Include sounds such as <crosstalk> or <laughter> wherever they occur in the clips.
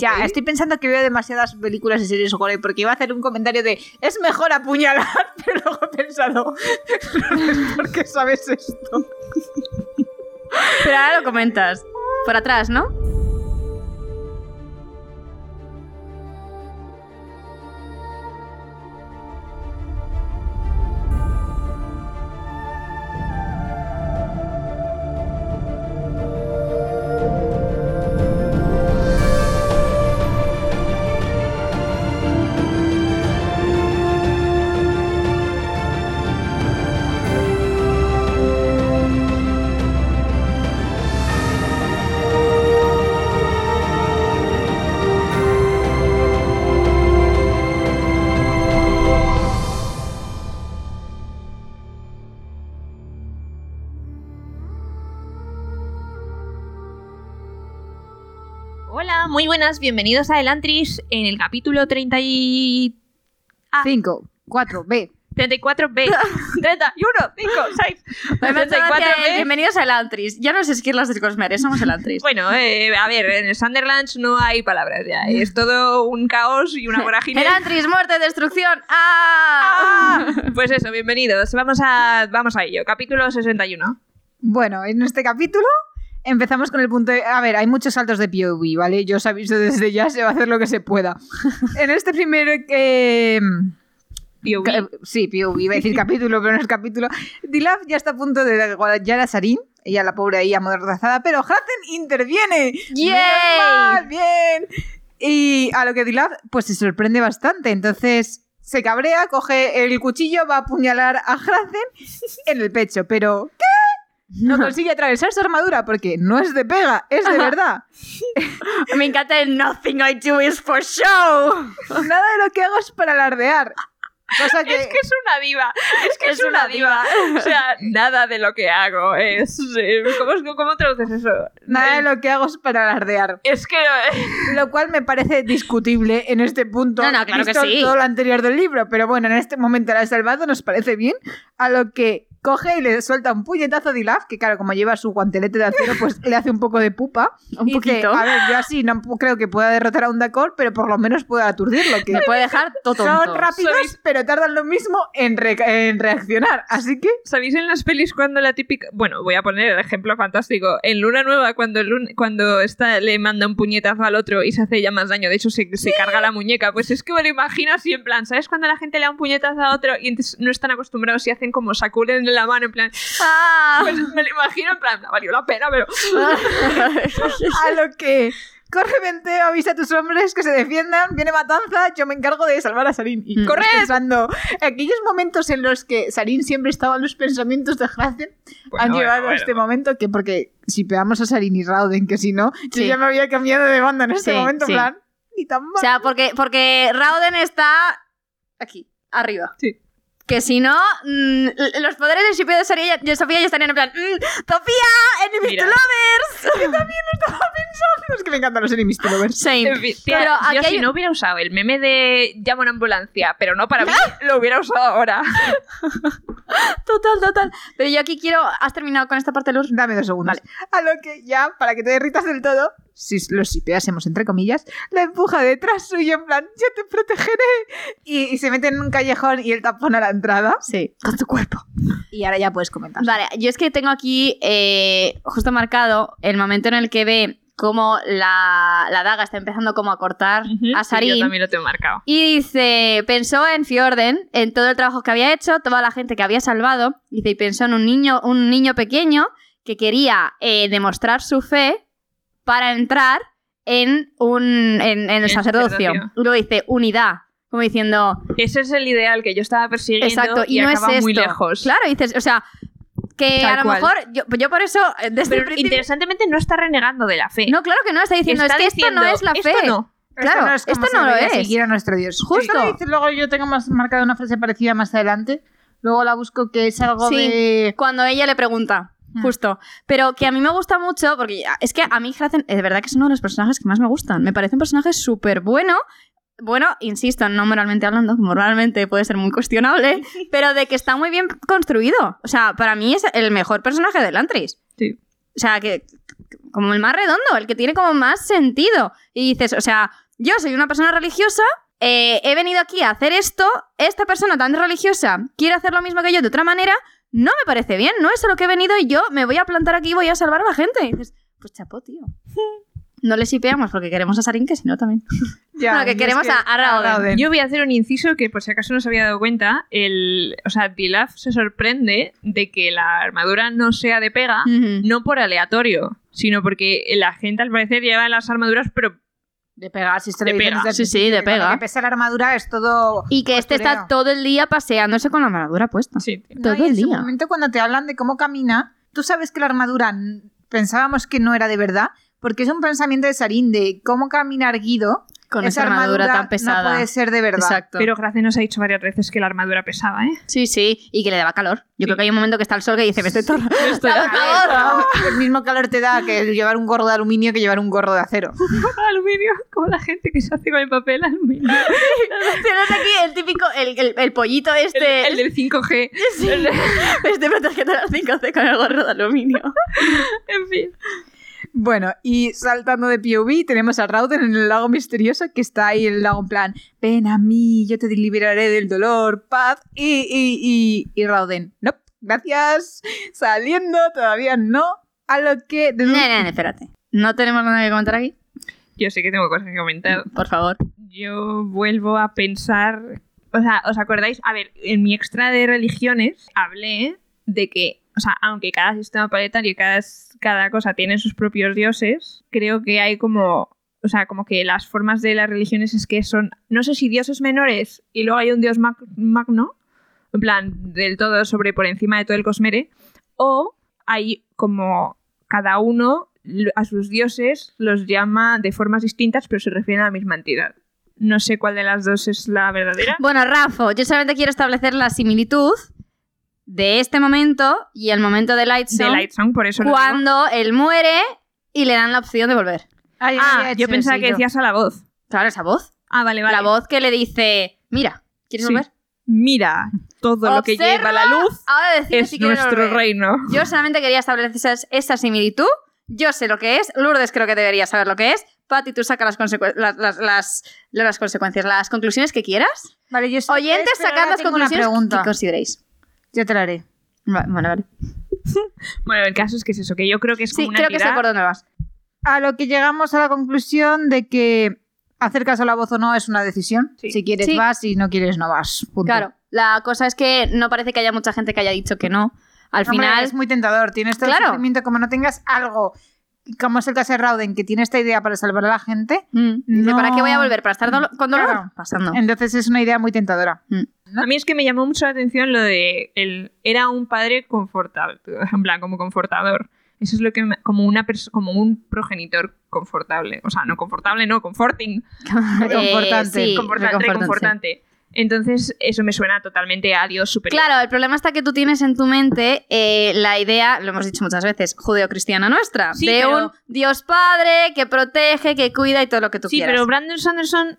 Ya, estoy pensando que veo demasiadas películas y series gore porque iba a hacer un comentario de es mejor apuñalar, <laughs> pero luego he pensado, ¿por qué sabes esto? Pero ahora lo comentas. Por atrás, ¿no? Hola, muy buenas, bienvenidos a Elantris en el capítulo 30 y... 5, 4, B. <laughs> 34B. 31, 5, 6. Bienvenidos a Elantris. Ya no sé qué es las del Cosmere, <laughs> somos Elantris. Bueno, eh, a ver, en Sunderlands no hay palabras ya. Es todo un caos y una vorágine. Elantris, muerte, destrucción. ¡Ah! <laughs> Pues eso, bienvenidos. Vamos a, vamos a ello. Capítulo 61. Bueno, en este capítulo empezamos con el punto de... A ver, hay muchos saltos de POV, ¿vale? Yo os aviso desde ya, se va a hacer lo que se pueda. En este primer... eh, POV. ca- Sí, POV, iba <laughs> a decir capítulo, pero no es capítulo. Dilaf ya está a punto de guadallar a Sarin. Ella, la pobre ahí, amordazada, pero Hazen interviene. ¡Yay! ¡Menos mal! ¡Bien! Y a lo que Dilaf, pues se sorprende bastante. Entonces se cabrea, coge el cuchillo, va a apuñalar a Hazen en el pecho, pero <laughs> no consigue atravesar su armadura porque no es de pega, es de verdad. Me encanta el Nothing I do is for show. Nada de lo que hago es <laughs> para alardear. Cosa que, Es que es una diva. Es que es, Es una, una diva. O sea, nada de lo que hago es. eh, ¿Cómo, cómo traduces eso? Eh, nada de lo que hago es para alardear. Es que. eh, Lo cual me parece discutible en este punto. No, no, claro que visto sí. todo lo anterior del libro, pero bueno, en este momento la he salvado, nos parece bien. A lo que coge y le suelta un puñetazo a Dilaf, que claro, como lleva su guantelete de acero, pues le hace un poco de pupa. <laughs> Un Y dice, poquito. a ver, yo así no pu- creo que pueda derrotar a un Dakor, pero por lo menos pueda aturdirlo. Que Me puede dejar todo son rápidos, Sois- pero tardan lo mismo en, re- en reaccionar. Así que ¿Sabéis en las pelis cuando la típica. Bueno, voy a poner el ejemplo fantástico. En Luna Nueva, cuando, Lun- cuando esta le manda un puñetazo al otro y se hace ya más daño, de hecho se, se carga la muñeca, pues es que me lo imagino así en plan. ¿Sabes cuando la gente le da un puñetazo a otro y entonces no están acostumbrados y hacen como sacuden la mano en plan. Pues me lo imagino en plan, "Me valió la pena, pero. a lo que corre vente, avisa a tus hombres que se defiendan, viene matanza, yo me encargo de salvar a Sarin. Y Mm. corre pensando, aquellos momentos en los que Sarin siempre estaba en los pensamientos de Hazen Pues han Bueno, llevado bueno, a este momento que porque si pegamos a Sarin y Rauden, que si no, yo Sí. ya me había cambiado de banda en este Sí, momento, en sí. plan, ni tan O mal. sea, porque, porque Rauden está aquí, arriba. Sí. Que si no, mm, l- los poderes de Shipio de Sofía ya, de Sofía ya estarían en plan, mm, ¡Sofía! ¡Enemies Mira. to lovers! Es que me encantan los enemies to lovers. En Same. fin, tía, Pero yo aquí si hay- no hubiera usado el meme de llamo a una ambulancia, pero no para mí, lo hubiera usado ahora. Total, total. Pero yo aquí quiero... ¿Has terminado con esta parte, Luz? Dame dos segundos. A lo que ya, para que te derritas del todo, si los sipeásemos entre comillas, la empuja detrás suyo en plan, yo te protegeré. Y, y se mete en un callejón y el tapón a la entrada. Sí. Con tu cuerpo. Y ahora ya puedes comentar. Vale, yo es que tengo aquí eh, justo marcado el momento en el que ve cómo la, la daga está empezando como a cortar a Sí, yo Sarin. también lo tengo marcado. Y dice, pensó en Fjorden, en todo el trabajo que había hecho, toda la gente que había salvado. Dice, y pensó en un niño, un niño pequeño que quería eh, demostrar su fe para entrar en, un, en, en el el sacerdocio. sacerdocio. Y luego dice, unidad. Como diciendo, Ese es el ideal que yo estaba persiguiendo exacto, y, y, no es acaba esto. muy lejos. Claro, dices, o sea, que Tal a lo cual. mejor, yo, yo por eso, eh, desde el Pero principio... interesantemente no está renegando de la fe. No, claro que no, está diciendo, Está es que diciendo, esto no es la fe. Esto no. Claro, es como esto se no lo debería es. seguir a nuestro Dios. Justo. Esto lo dice- luego yo tengo más marcada una frase parecida más adelante. Luego la busco que es algo Sí. de... cuando ella le pregunta. Mm. Justo. Pero que a mí me gusta mucho, porque ya- es que a mí Hrazen, es verdad que es uno de los personajes que más me gustan. Me parece un personaje súper bueno. Bueno, insisto, no moralmente hablando, <laughs> moralmente puede ser muy cuestionable, pero de que está muy bien construido. O sea, para mí es el mejor personaje de Lantris. Sí. o sea, que como el más redondo, el que tiene como más sentido. Y dices, o sea, yo soy una persona religiosa, eh, he venido aquí a hacer esto, esta persona tan religiosa quiere hacer lo mismo que yo de otra manera, no me parece bien, no es a lo que he venido y yo me voy a plantar aquí y voy a salvar a la gente. Y dices, pues chapó, tío. No le sipeamos porque queremos a Sarin, que si no también. Ya, Bueno, que y es queremos a- a Raoden. Yo voy a hacer un inciso que por si acaso no se había dado cuenta, el, o sea, Dilaf se sorprende de que la armadura no sea de pega, Ujú. no por aleatorio, sino porque la gente al parecer lleva las armaduras, pero De pegar, si esto De lo dicen pega. desde el Sí, sí, de principio, que pega. Que pesa la armadura es todo... Y que este está Postureo. todo el día paseándose con la armadura puesta. sí. No, y Todo el En día. su momento cuando te hablan de cómo camina, tú sabes que la armadura n- pensábamos que no era de verdad, porque es un pensamiento de Sarin de cómo camina erguido. Con esa, armadura, tan pesada. No puede ser de verdad. Exacto. Pero Grace nos ha dicho varias veces que la armadura pesaba, ¿eh? Sí, sí, y que le daba calor. Yo creo que hay un momento que está el sol que dice, me estoy torrando. A ver, no, <laughs> El mismo calor te da que llevar un gorro de aluminio que llevar un gorro de acero. <laughs> aluminio, como la gente que se hace con el papel <laughs> aluminio. Tienes aquí el típico, el, el- el pollito El, este, el del 5G. Sí. este protector de las 5C con el gorro de aluminio. en fin. Bueno, y saltando de POV tenemos a Rauden en el lago misterioso que está ahí el lago en plan, ven a mí, yo te liberaré del dolor, paz, y, y, y, y Rauden, no, gracias, saliendo, todavía no, a lo que... No, no, no, espérate. No tenemos nada que comentar aquí. Yo sé que tengo cosas que comentar. Por favor. Yo vuelvo a pensar. O sea, ¿os acordáis? A ver, en mi extra de religiones hablé de que, o sea, aunque cada sistema planetario y cada, cada cosa tiene sus propios dioses, creo que hay como. O sea, como que las formas de las religiones es que son. No sé si dioses menores y luego hay un dios mag- magno, en plan, del todo sobre por encima de todo el cosmere, o hay como cada uno lo- a sus dioses los llama de formas distintas, pero se refieren a la misma entidad. No sé cuál de las dos es la verdadera. Bueno, Rafa, yo solamente quiero establecer la similitud de este momento y el momento de De Lightsong Lightsong, por eso lo digo. cuando él muere y le dan la opción de volver. Ah, yo pensaba que decías a la voz. Claro, esa voz. Ah, vale, vale. La voz que le dice, mira, ¿quieres Sí. volver? Mira, todo lo que Observa lleva la luz Ahora decide es si quieres nuestro volver. reino. Yo solamente quería establecer esa, esa similitud. Yo sé lo que es. Lourdes creo que debería saber lo que es. Pati, tú saca las, consecu- las, las, las- no las consecuencias, las conclusiones que quieras. Vale, yo soy- Oyentes, espera, sacad ahora las tengo una conclusiones que pregunta. consideréis. Yo te la haré. Va- Bueno, vale. Bueno, el caso es que es eso, que yo creo que es como Sí, una creo que sé entidad. por dónde vas. A lo que llegamos a la conclusión de que hacer caso a la voz o no es una decisión. Sí. Si quieres Sí. vas, si no quieres no vas. punto. Claro, la cosa es que no parece que haya mucha gente que haya dicho que no. Al Hombre, final, es muy tentador. Tienes todo Claro. el sentimiento como no tengas algo, como es el caso de Rauden, que tiene esta idea para salvar a la gente. mm, dice, ¿para qué voy a No. volver? ¿Para estar dolo- con dolor? Claro. Pasando. Entonces es una idea muy tentadora. A mí es que me llamó mucho la atención lo de él era un padre confortable, <laughs> en plan como confortador. Eso es lo que me- como una pers- como un progenitor confortable, o sea, no confortable, no conforting, <laughs> Reconfortante. Eh, sí, confortante, reconfortante. confortante. Entonces, eso me suena totalmente a Dios superior. Claro, el problema está que tú tienes en tu mente eh, la idea, lo hemos dicho muchas veces, judeocristiana nuestra, Sí, de pero- un Dios Padre que protege, que cuida y todo lo que tú sí, quieras. pero Brandon Sanderson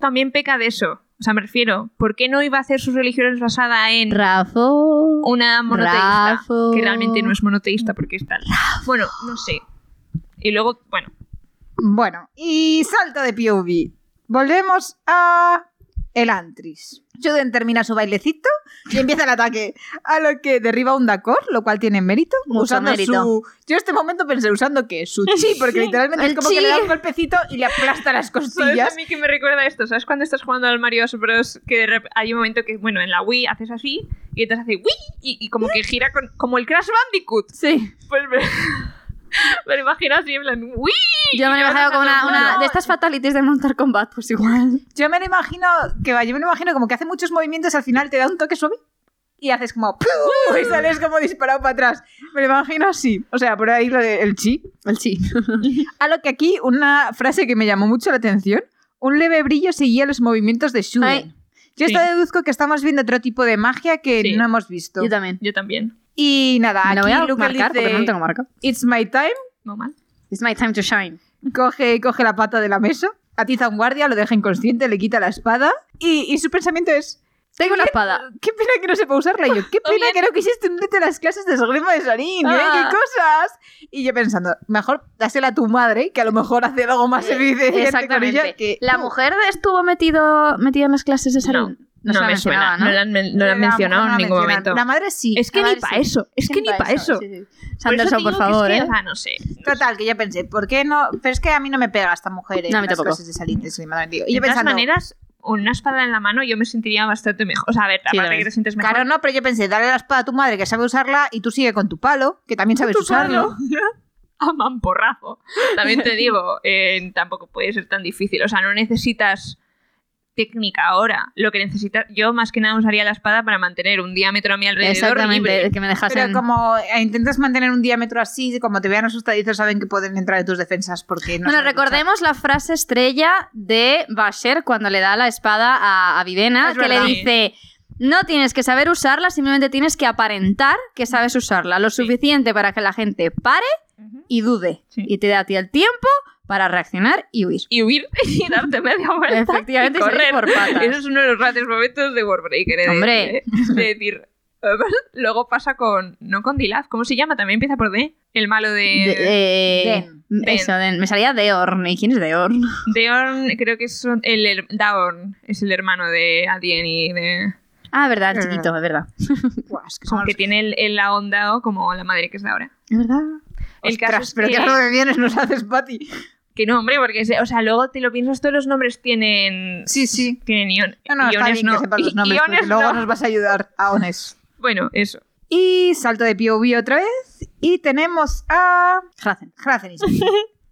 también peca de eso. O sea, me refiero, ¿por qué no iba a hacer sus religiones basada en Rafa, una monoteísta Rafa. que realmente no es monoteísta porque es tal? Bueno, no sé. Y luego, bueno, Bueno, y salto de POV. Volvemos a el Antris. Juden termina su bailecito y empieza el ataque, a lo que derriba un Dakor, lo cual tiene mérito. Mucho usando mérito. su. Yo en este momento pensé usando qué, su chi, <laughs> porque literalmente El es como chi. que le da un golpecito y le aplasta <laughs> las ¿Sabes a costillas. mí que me recuerda esto? ¿Sabes cuando estás jugando al Mario Bros? Que de rep- hay un momento que, bueno, en la Wii haces así y entonces hace Wii y, y como que gira con, como el Crash Bandicoot. Sí, Pues me, <laughs> me lo imagino así en plan Wii. yo me lo Y imagino ahora como una, no, una- no. de estas fatalities de Mortal Kombat, pues igual. Yo me lo imagino que va, yo me lo imagino como que hace muchos movimientos, al final te da un toque suave y haces como ¡pum! y sales como disparado para atrás. Me lo imagino así. O sea, por ahí lo del chi. El sí. A lo que aquí una frase que me llamó mucho la atención. Un leve brillo seguía los movimientos de Shuden. Ay. Yo Sí. esto deduzco que estamos viendo otro tipo de magia que Sí. no hemos visto. Yo también. Yo también. Y nada, Me lo voy aquí a Lucas marcar porque dice, no lo tengo marca. It's my time. No mal. It's my time to shine. Coge, coge la pata de la mesa, atiza a un guardia, lo deja inconsciente, le quita la espada. Y, y su pensamiento es: Tengo una espada. Qué pena que no sepa usarla. Y yo, qué pena bien- que no quisiste unirte a las clases de esgrima de Sarín, ¿eh? Ah. ¡Qué cosas! Y yo pensando, mejor dásela a tu madre, que a lo mejor hace algo más evidente con ella que Exactamente. ¿La tú. mujer estuvo metido, metida en las clases de Sarin? No, se la me suena, mencionaba, no, la han, men- no la han La mencionado mujer en no la ningún momento. mencionan. La madre sí. Es que Ah, ni vale, para sí. eso, es que ni para eso. sí, sí. Por eso Sanderson, te por digo que favor, es que, ¿eh? ah, no sé. Total, que yo pensé, ¿por qué no? Pero es que a mí no me pega esta mujer en No, a mí las tampoco. clases de Sarín de esgrima. digo. Y De yo todas pensando, maneras, con una espada en la mano yo me sentiría bastante mejor. O sea, a ver, Sí, aparte lo que te ves. sientes mejor. claro, no, pero yo pensé, dale la espada a tu madre que sabe usarla y tú sigue con tu palo, que también sabes usarlo. <laughs> A mamporrazo. También <laughs> te digo, eh, tampoco puede ser tan difícil. O sea, no necesitas técnica ahora. Lo que necesitas. Yo más que nada usaría la espada para mantener un diámetro a mi alrededor Exactamente, libre. que me dejasen... Pero como eh, intentas mantener un diámetro así, como te vean asustadizos, saben que pueden entrar en tus defensas porque no. Bueno, saben luchar. recordemos la frase estrella de Basher cuando le da la espada a, a Vivena, Es que verdad. le dice, no tienes que saber usarla, simplemente tienes que aparentar que sabes usarla, lo suficiente para que la gente pare Ujú. y dude, Sí. y te da a ti el tiempo para reaccionar y huir. Y huir <laughs> y darte media vuelta. Efectivamente, y y correr. salir por <laughs> patas. Eso es uno de los grandes momentos de Warbreaker. ¿eh? Hombre. De, de decir. <laughs> Luego pasa con. No con Dilaz, ¿cómo se llama? También empieza por D. El malo de. De- eh, Den. m- eso, Den. Me salía Deorn. ¿Y quién es Deorn? Deorn, creo que es un- el, her- Daorn. Es el hermano de Adien y de. <laughs> Ah, verdad, el Eh. chiquito, es verdad. Buah, es que son que los- tiene el, el la onda o como la madre que es de ahora. Es verdad. El caso Ostras, es pero que, qué raro de bienes nos haces, Pati. que no, hombre, porque se- o sea, luego te lo piensas, todos los nombres tienen Sí, sí. tienen ion, No, no, está iones bien no. que <laughs> sepas los I- nombres, iones porque luego no. nos vas a ayudar a Ones. Bueno, eso. Y salto de POV otra vez. Y tenemos a. Hrazen. Hracenis.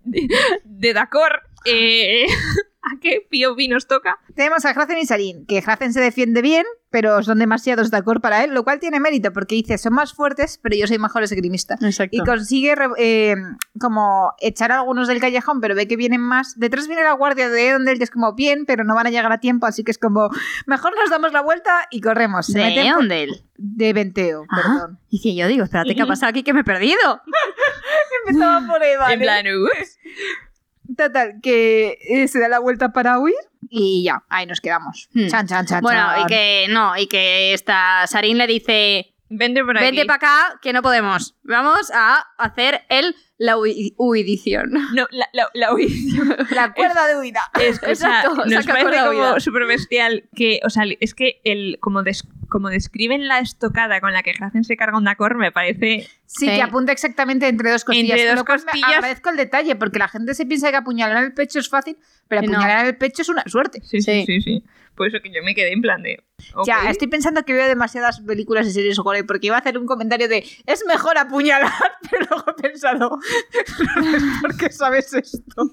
<laughs> De Dakor, eh, <laughs> ¿a qué POV nos toca? tenemos a Hrazen y Sarin. Que Hrazen se defiende bien, pero son demasiados de acuerdo para él, lo cual tiene mérito, porque dice: son más fuertes, pero yo soy mejor esgrimista. Exacto. Y consigue re- eh, como echar a algunos del callejón, pero ve que vienen más. Detrás viene la guardia de Eondel, que es como bien, pero no van a llegar a tiempo, así que es como mejor nos damos la vuelta y corremos. Se de meten por- Eondel. de venteo, Ah. perdón. <laughs> Y que yo digo, espérate, ¿qué ha pasado aquí que me he perdido? Empezaba por Eva. En plan, uh, Total, que eh, se da la vuelta para huir y ya, ahí nos quedamos. Hmm. Chan, chan, chan. Bueno, chan. y que no, y que esta Sarin le dice, vente por aquí. vente para acá, que no podemos. Vamos a hacer el la hui- huidición. <laughs> no, la, la, la huida. <laughs> La cuerda de huida. Es, o sea, Exacto, nos saca parece cuerda como huida. súper bestial que, o sea, es que el, como, des- como describen la estocada con la que Hrazen se carga un Dakor, me parece Sí, Sí. que apunta exactamente entre dos costillas. Entre dos Lo cual me- costillas. Agradezco el detalle, porque la gente se piensa que apuñalar en el pecho es fácil, pero Y no. apuñalar en el pecho es una suerte. Sí, sí, Sí. sí, sí. Por eso que yo me quedé en plan de. ok. Ya, estoy pensando que veo demasiadas películas y series gore, porque iba a hacer un comentario de es mejor apuñalar, <laughs> pero luego he pensado, <laughs> ¿por qué sabes esto?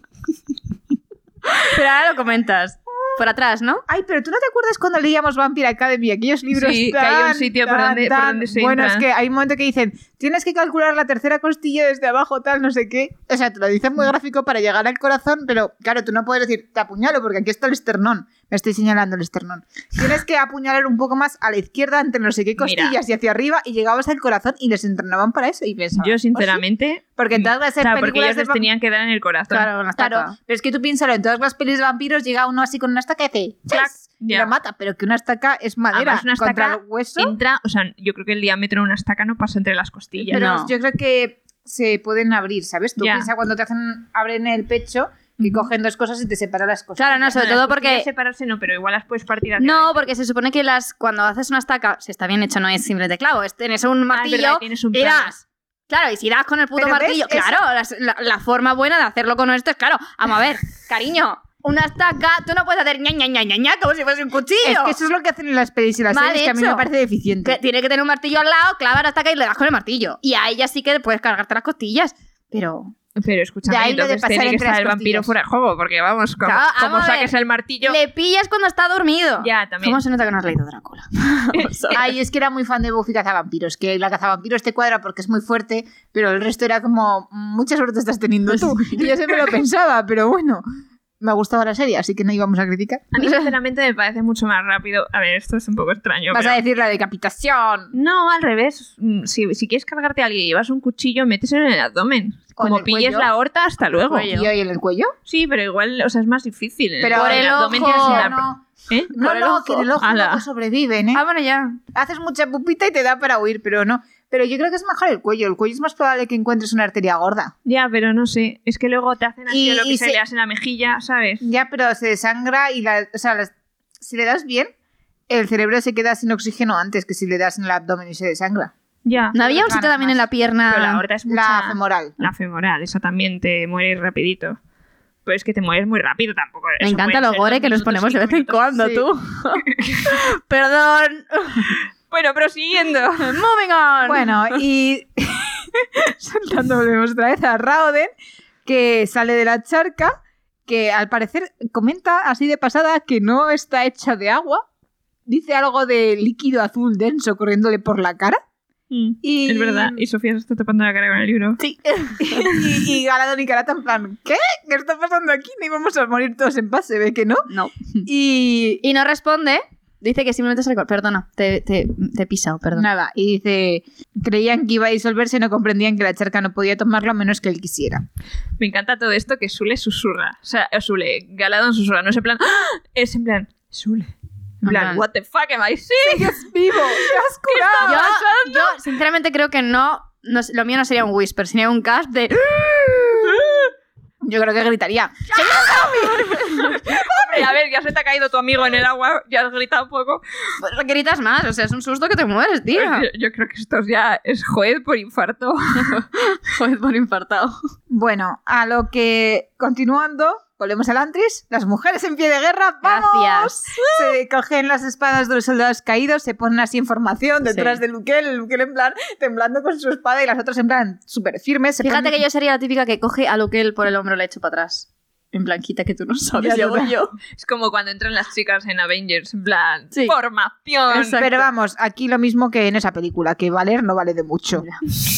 Pero ahora lo comentas. Por atrás, ¿no? Ay, pero tú no te acuerdas cuando leíamos Vampire Academy, aquellos libros Sí, que tan, hay un sitio por tan, donde- por tan- donde se Bueno, entra. es que hay un momento que dicen, tienes que calcular la tercera costilla desde abajo, tal, no sé qué. Mm. O sea, te lo dicen muy gráfico para llegar al corazón, pero claro, tú no puedes decir, te apuñalo, porque aquí está el esternón. Me estoy señalando el esternón. Tienes que apuñalar un poco más a la izquierda entre no sé qué Mira. costillas y hacia arriba y llegabas al corazón y les entrenaban para eso y pensaba. Yo, "Oh, sí". sinceramente. Porque todas las o sea, porque películas ellos de les vam- tenían que dar en el corazón. Claro, con la estatua. Claro, pero es que tú piénsalo, en todas las pelis de vampiros llega uno así con una estaca y hace Clac, "Chas", y ya. lo mata, pero que una estaca es madera Además, una contra estaca el hueso. Entra, o sea, yo creo que el diámetro de una estaca no pasa entre las costillas. Pero no. yo creo que se pueden abrir, ¿sabes? Tú Ya. piensas cuando te hacen abren el pecho y cogen dos cosas y te separan las cosas. Claro, no, sobre Bueno, todo las costillas porque... separarse no, pero igual las puedes partir Ah, hacia No, adentro. porque se supone que las cuando haces una estaca, si está bien hecho, no es simplemente clavo, es, tienes un Ah, es verdad, martillo tienes un y plano. das. Claro, y si das con el puto Pero ves, martillo, esa- claro, las- la, la forma buena de hacerlo con esto es, claro, vamos <laughs> a ver, cariño, una estaca, tú no puedes hacer ña, ña, ña, ña, ña, como si fuese un cuchillo. Es que eso es lo que hacen en las pelis y las Mal series, que a mí hecho. me parece Que deficiente. tiene que tener un martillo al lado, clavar hasta acá y le das con el martillo. Y a ella sí que puedes cargarte las costillas. Pero Pero escúchame, De ahí lo de entonces pasar tiene que entre estar el las vampiro costillas. fuera de juego, porque vamos, como, Claro, como vamos a ver. saques el martillo. le pillas cuando está dormido. Ya, también. ¿Cómo se nota que no has leído Drácula? Ay, es que era muy fan de Buffy cazavampiros, que la cazavampiros te cuadra porque es muy fuerte, <laughs> pero el resto era como mucha suerte estás teniendo tú. Y yo siempre lo pensaba, pero bueno. me ha gustado la serie, así que no íbamos a criticar. A mí, sinceramente, me parece mucho más rápido. A ver, esto es un poco extraño. Vas pero- a decir la decapitación. No, al revés. Mm, Si, si quieres cargarte a alguien y llevas un cuchillo, méteselo en el abdomen. O en Como el pilles cuello. la horta, hasta luego. cuello. ¿Y hoy en el cuello? Sí, pero igual, o sea, es más difícil. Pero Por en el abdomen ojo, tienes una- no, ¿Eh? no, Por el no, ojo. que el ojo Ala. no sobreviven, ¿eh? Ah, bueno, ya. Haces mucha pupita y te da para huir, pero no. Pero yo creo que es mejor el cuello. El cuello es más probable que encuentres una arteria gorda. Ya, pero no sé. Es que luego te hacen así Y- lo que y se se- le hace en la mejilla, ¿sabes? Ya, pero se desangra y la, o sea, las- si le das bien, el cerebro se queda sin oxígeno antes que si le das en el abdomen y se desangra. Ya. ¿No había un sitio Ganas también en más. la pierna? Pero la horta es mucha... La femoral. La femoral, esa también te mueres rapidito. Pero es que te mueres muy rápido tampoco. Me eso encanta pueden los ser gore dos que nos minutos, ponemos de cinco vez en minutos. cuando, sí. tú. <laughs> Perdón. <laughs> Bueno, prosiguiendo. Moving Ah, on. Bueno, <laughs> y <laughs> saltando volvemos otra vez a Raoden, que sale de la charca, que al parecer comenta así de pasada que no está hecha de agua. Dice algo de líquido azul denso corriéndole por la cara. Mm. Y, Es verdad. Y Sofía se está tapando la cara con el libro. Sí. <laughs> y, y Galadón y Karata en plan, ¿qué? ¿Qué está pasando aquí? No íbamos a morir todos en paz, se ve que no. No. Y, Y no responde. Dice que simplemente es alcohol. Perdona, te, te, te he pisado, perdón. nada, y dice, creían que iba a disolverse, no comprendían que la charca no podía tomarlo a menos que él quisiera. Me encanta todo esto que Sule susurra. O sea, Sule, Galadón susurra. No es en plan... ¡Ah! Es en plan... Sule. En plan, Ajá. what the fuck am I seeing? ¡Sigues vivo! ¡Te has curado! Yo, yo, sinceramente, creo que no, no es- Lo mío no sería un whisper, sería un gasp de. Yo creo que gritaría. <laughs> Hombre, a ver, ya se te ha caído tu amigo en el agua. Ya has gritado un poco. Pues, gritas más, o sea, es un susto que te mueres, tío. Yo, <laughs> yo creo que esto ya es joder por infarto. <laughs> Joder, por infartado. Bueno, a lo que continuando, volvemos al Antris. Las mujeres en pie de guerra, ¡vamos! Gracias. Se cogen las espadas de los soldados caídos, se ponen así en formación detrás Sí. de Luquel, Luquel en plan temblando con su espada y las otras en plan súper firmes. se Fíjate ponen- que yo sería la típica que coge a lo que él por el hombro le echo para atrás. En blanquita que tú no sabes, Ya, ya ya, voy ya. yo. Es como cuando entran las chicas en Avengers, en plan, Sí. formación. Exacto. Pero vamos, aquí lo mismo que en esa película, que valer no vale de mucho. <laughs>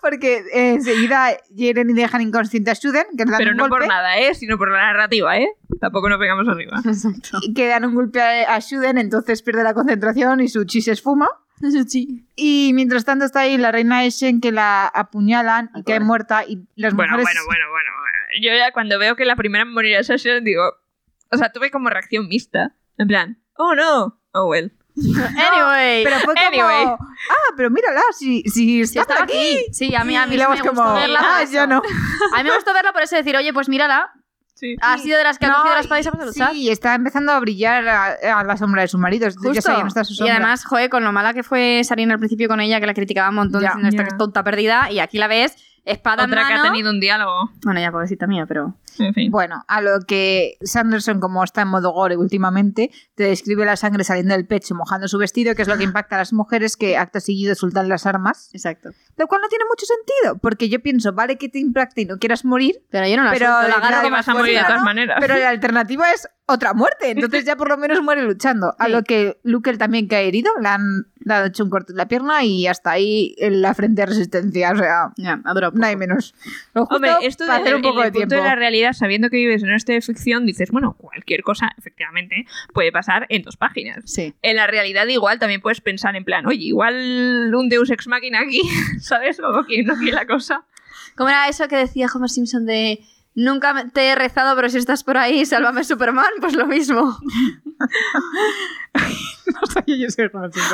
Porque eh, enseguida hieren y dejan inconsciente a Suden, que le dan Pero un no golpe. por nada, ¿eh? Sino por la narrativa, ¿eh? Tampoco nos pegamos arriba. <laughs> Exacto. y que dan un golpe a, a Shuden, entonces pierde la concentración y su chi se esfuma. Eso sí. Y mientras tanto está ahí la reina Eshen que la apuñalan y Ay, cae pobre. muerta y las Bueno, mujeres... bueno, bueno, bueno, bueno. Yo ya cuando veo que la primera en morir es Asher, digo... O sea, tuve como reacción mixta. En plan, oh no, oh well. Anyway. Pero fue como... Anyway. Ah, pero mírala, si, si Sí, está estaba aquí. aquí. Sí, a mí, a mí Y sí luego me es gustó como... verla. por Ah, eso. ya no. A mí me gustó verla por eso decir, oye, pues mírala. Sí. Ha sido de las que ha No, cogido las palabras y- para luchar. Sí, está empezando a brillar a, a la sombra de su marido. Ya sé, Justo. ya no está su y sombra. además, joder, con lo mala que fue Sarina al principio con ella, que la criticaba un montón Ya, diciendo esta ya. que es tonta perdida, y aquí la ves, espada en Otra que ha mano. tenido un diálogo. Bueno, ya pobrecita mía, pero. En fin. Bueno, a lo que Sanderson, como está en modo gore últimamente, te describe la sangre saliendo del pecho, mojando su vestido, que es lo que impacta a las mujeres que acto seguido soltan las armas. Exacto. Lo cual no tiene mucho sentido, porque yo pienso, vale que te impacte y no quieras morir, Pero yo no la Pero suelto, la nadie agarro va Te como más vas a morir de fuerza, todas pues ¿no? maneras. <laughs> pero la alternativa es otra muerte, entonces ya por lo menos muere luchando. A Sí. lo que Lukel también cae herido, le han dado hecho un corte en la pierna y hasta ahí en la frente de resistencia, o sea, Ya, adoro. no hay menos. Lo justo Hombre, esto de para hacer hacer un poco de tiempo. de la realidad, sabiendo que vives en este de ficción, dices, bueno, cualquier cosa, efectivamente, puede pasar en dos páginas. Sí. <laughs> en la realidad igual también puedes pensar en plan, oye, igual un Deus Ex Machina aquí, <laughs> ¿sabes? Como que no quiere la cosa. ¿Cómo era eso que decía Homer Simpson de nunca me- te he rezado, pero si estás por ahí, sálvame Superman? Pues lo <laughs> mismo.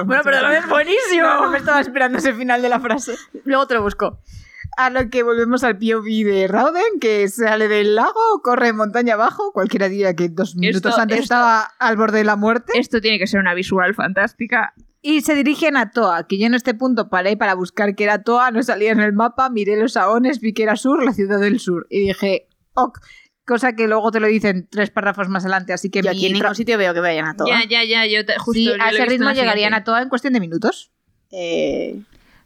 bueno, pero es buenísimo. no, no me estaba esperando ese final de la frase. Luego te lo busco. A lo que volvemos al POV de Rauden, que sale del lago, corre montaña abajo. Cualquiera diría que dos minutos antes esto- estaba al borde de la muerte. Esto tiene que ser una visual fantástica. Y se dirigen a Toa, que yo en este punto paré para buscar que era Toa, no salía en el mapa, miré los saones, vi que era sur, la ciudad del sur. Y dije, ok. Cosa que luego te lo dicen tres párrafos más adelante, así que Yo mi aquí en tra- ningún sitio veo que vayan a todo. Ya, ya, ya, yo te- justo Sí, yo lo a he ese visto en ritmo la llegarían a siguiente. Toa en cuestión de minutos. Eh...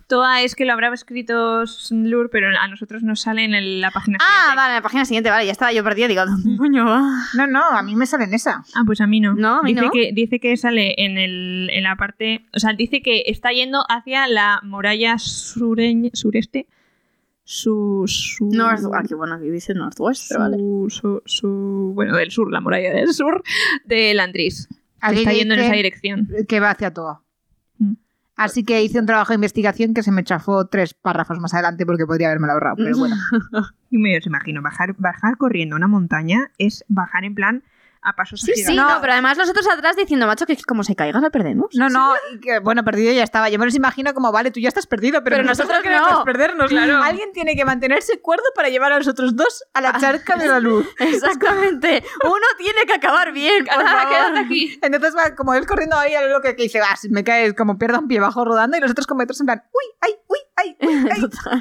Toa es que lo habrá escrito Lur, pero a nosotros nos sale en el- la página Ah, siguiente. vale, la página siguiente, Mm. vale, ya estaba yo perdida, digo, ah". ¿dónde coño va? No, no, a mí me sale en esa. Ah, pues a mí no. No, a mí dice no. que dice que sale en el en la parte, o sea, dice que está yendo hacia la muralla sureña- sureste su... su North, aquí, bueno, aquí dice Northwest, su, pero vale. su- su- bueno, del sur, la muralla del sur, de Landris. Aquí Está yendo en dice esa dirección. que va hacia Toa. Mm. Así que hice un trabajo de investigación que se me chafó tres párrafos más adelante porque podría haberme ahorrado, pero Mm. bueno. Y me os imagino, bajar, bajar corriendo una montaña es bajar en plan a pasos Sí, sí, no, pero además los otros atrás diciendo, macho, que como se caiga la perdemos. No, no, y que, bueno, perdido ya estaba. Yo me los imagino como, vale, tú ya estás perdido, pero, Pero nosotros queremos no. perdernos. Claro. Alguien tiene que mantenerse cuerdo para llevar a los otros dos a la charca de la luz. <laughs> Exactamente. Uno tiene que acabar bien, por favor. aquí. <laughs> Entonces va como él corriendo ahí a lo loco que, que dice, vas, me caes como pierda un pie bajo rodando y los otros como detrás en plan, uy, ay, uy, ay, <laughs> uy, ay. Total.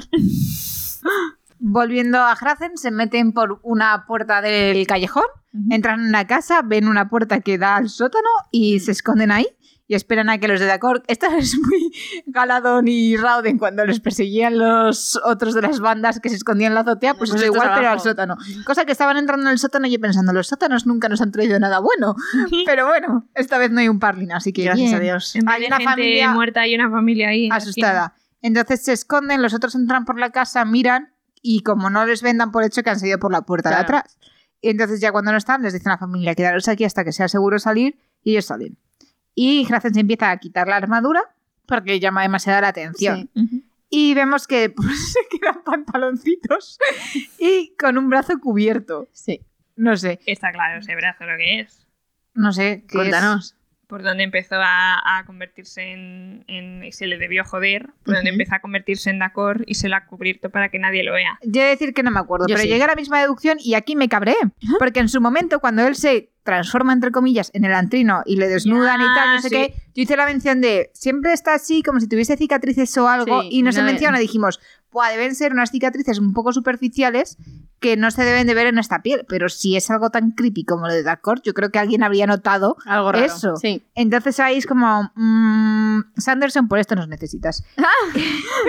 Volviendo a Hrazen, se meten por una puerta del callejón, entran en una casa, ven una puerta que da al sótano Mm. y se esconden ahí y esperan a que los de Dacor... Esta es muy Galadón y Rauden cuando los perseguían los otros de las bandas que se escondían en la azotea, pues, Pues es esto es igual, pero al abajo. sótano. Cosa que estaban entrando en el sótano y yo pensando, los sótanos nunca nos han traído nada <laughs> bueno. Pero bueno, esta vez no hay un parlin, así que Gracias bien. a Dios. En vez Hay de una gente familia muerta hay una familia ahí. en la asustada. Entonces se esconden, los otros entran por la casa, miran y como no les vendan por hecho que han salido por la puerta de Claro. atrás. Y entonces ya cuando no están les dicen a la familia, quedaros aquí hasta que sea seguro salir y ellos salen. Y Hrazen se empieza a quitar la armadura porque llama demasiada la atención. Sí. esquina. Ujú. Y vemos que <laughs> pues, se quedan pantaloncitos y con un brazo cubierto. Sí. No sé, Está claro ese brazo lo que es. no sé. ¿qué es? Cuéntanos. Por donde empezó a, a convertirse en, en- y Se le debió joder. Por donde Ujú. empezó a convertirse en Dakor y se la ha cubierto para que nadie lo vea. Yo he de decir que no me acuerdo, Yo pero sí. llegué a la misma deducción y aquí me cabré. Porque en su momento, cuando él se transforma, entre comillas, en el antrino y le desnudan y tal, no sé sí. qué, yo hice la mención de siempre está así, como si tuviese cicatrices o algo, Sí, y no se no- <laughs> menciona. Dijimos, Buah, deben ser unas cicatrices un poco superficiales que no se deben de ver en esta piel. Pero si es algo tan creepy como lo de Darkor, yo creo que alguien habría notado. Algo raro. Eso. Sí. Entonces ahí es como, mm, Sanderson, por esto nos necesitas.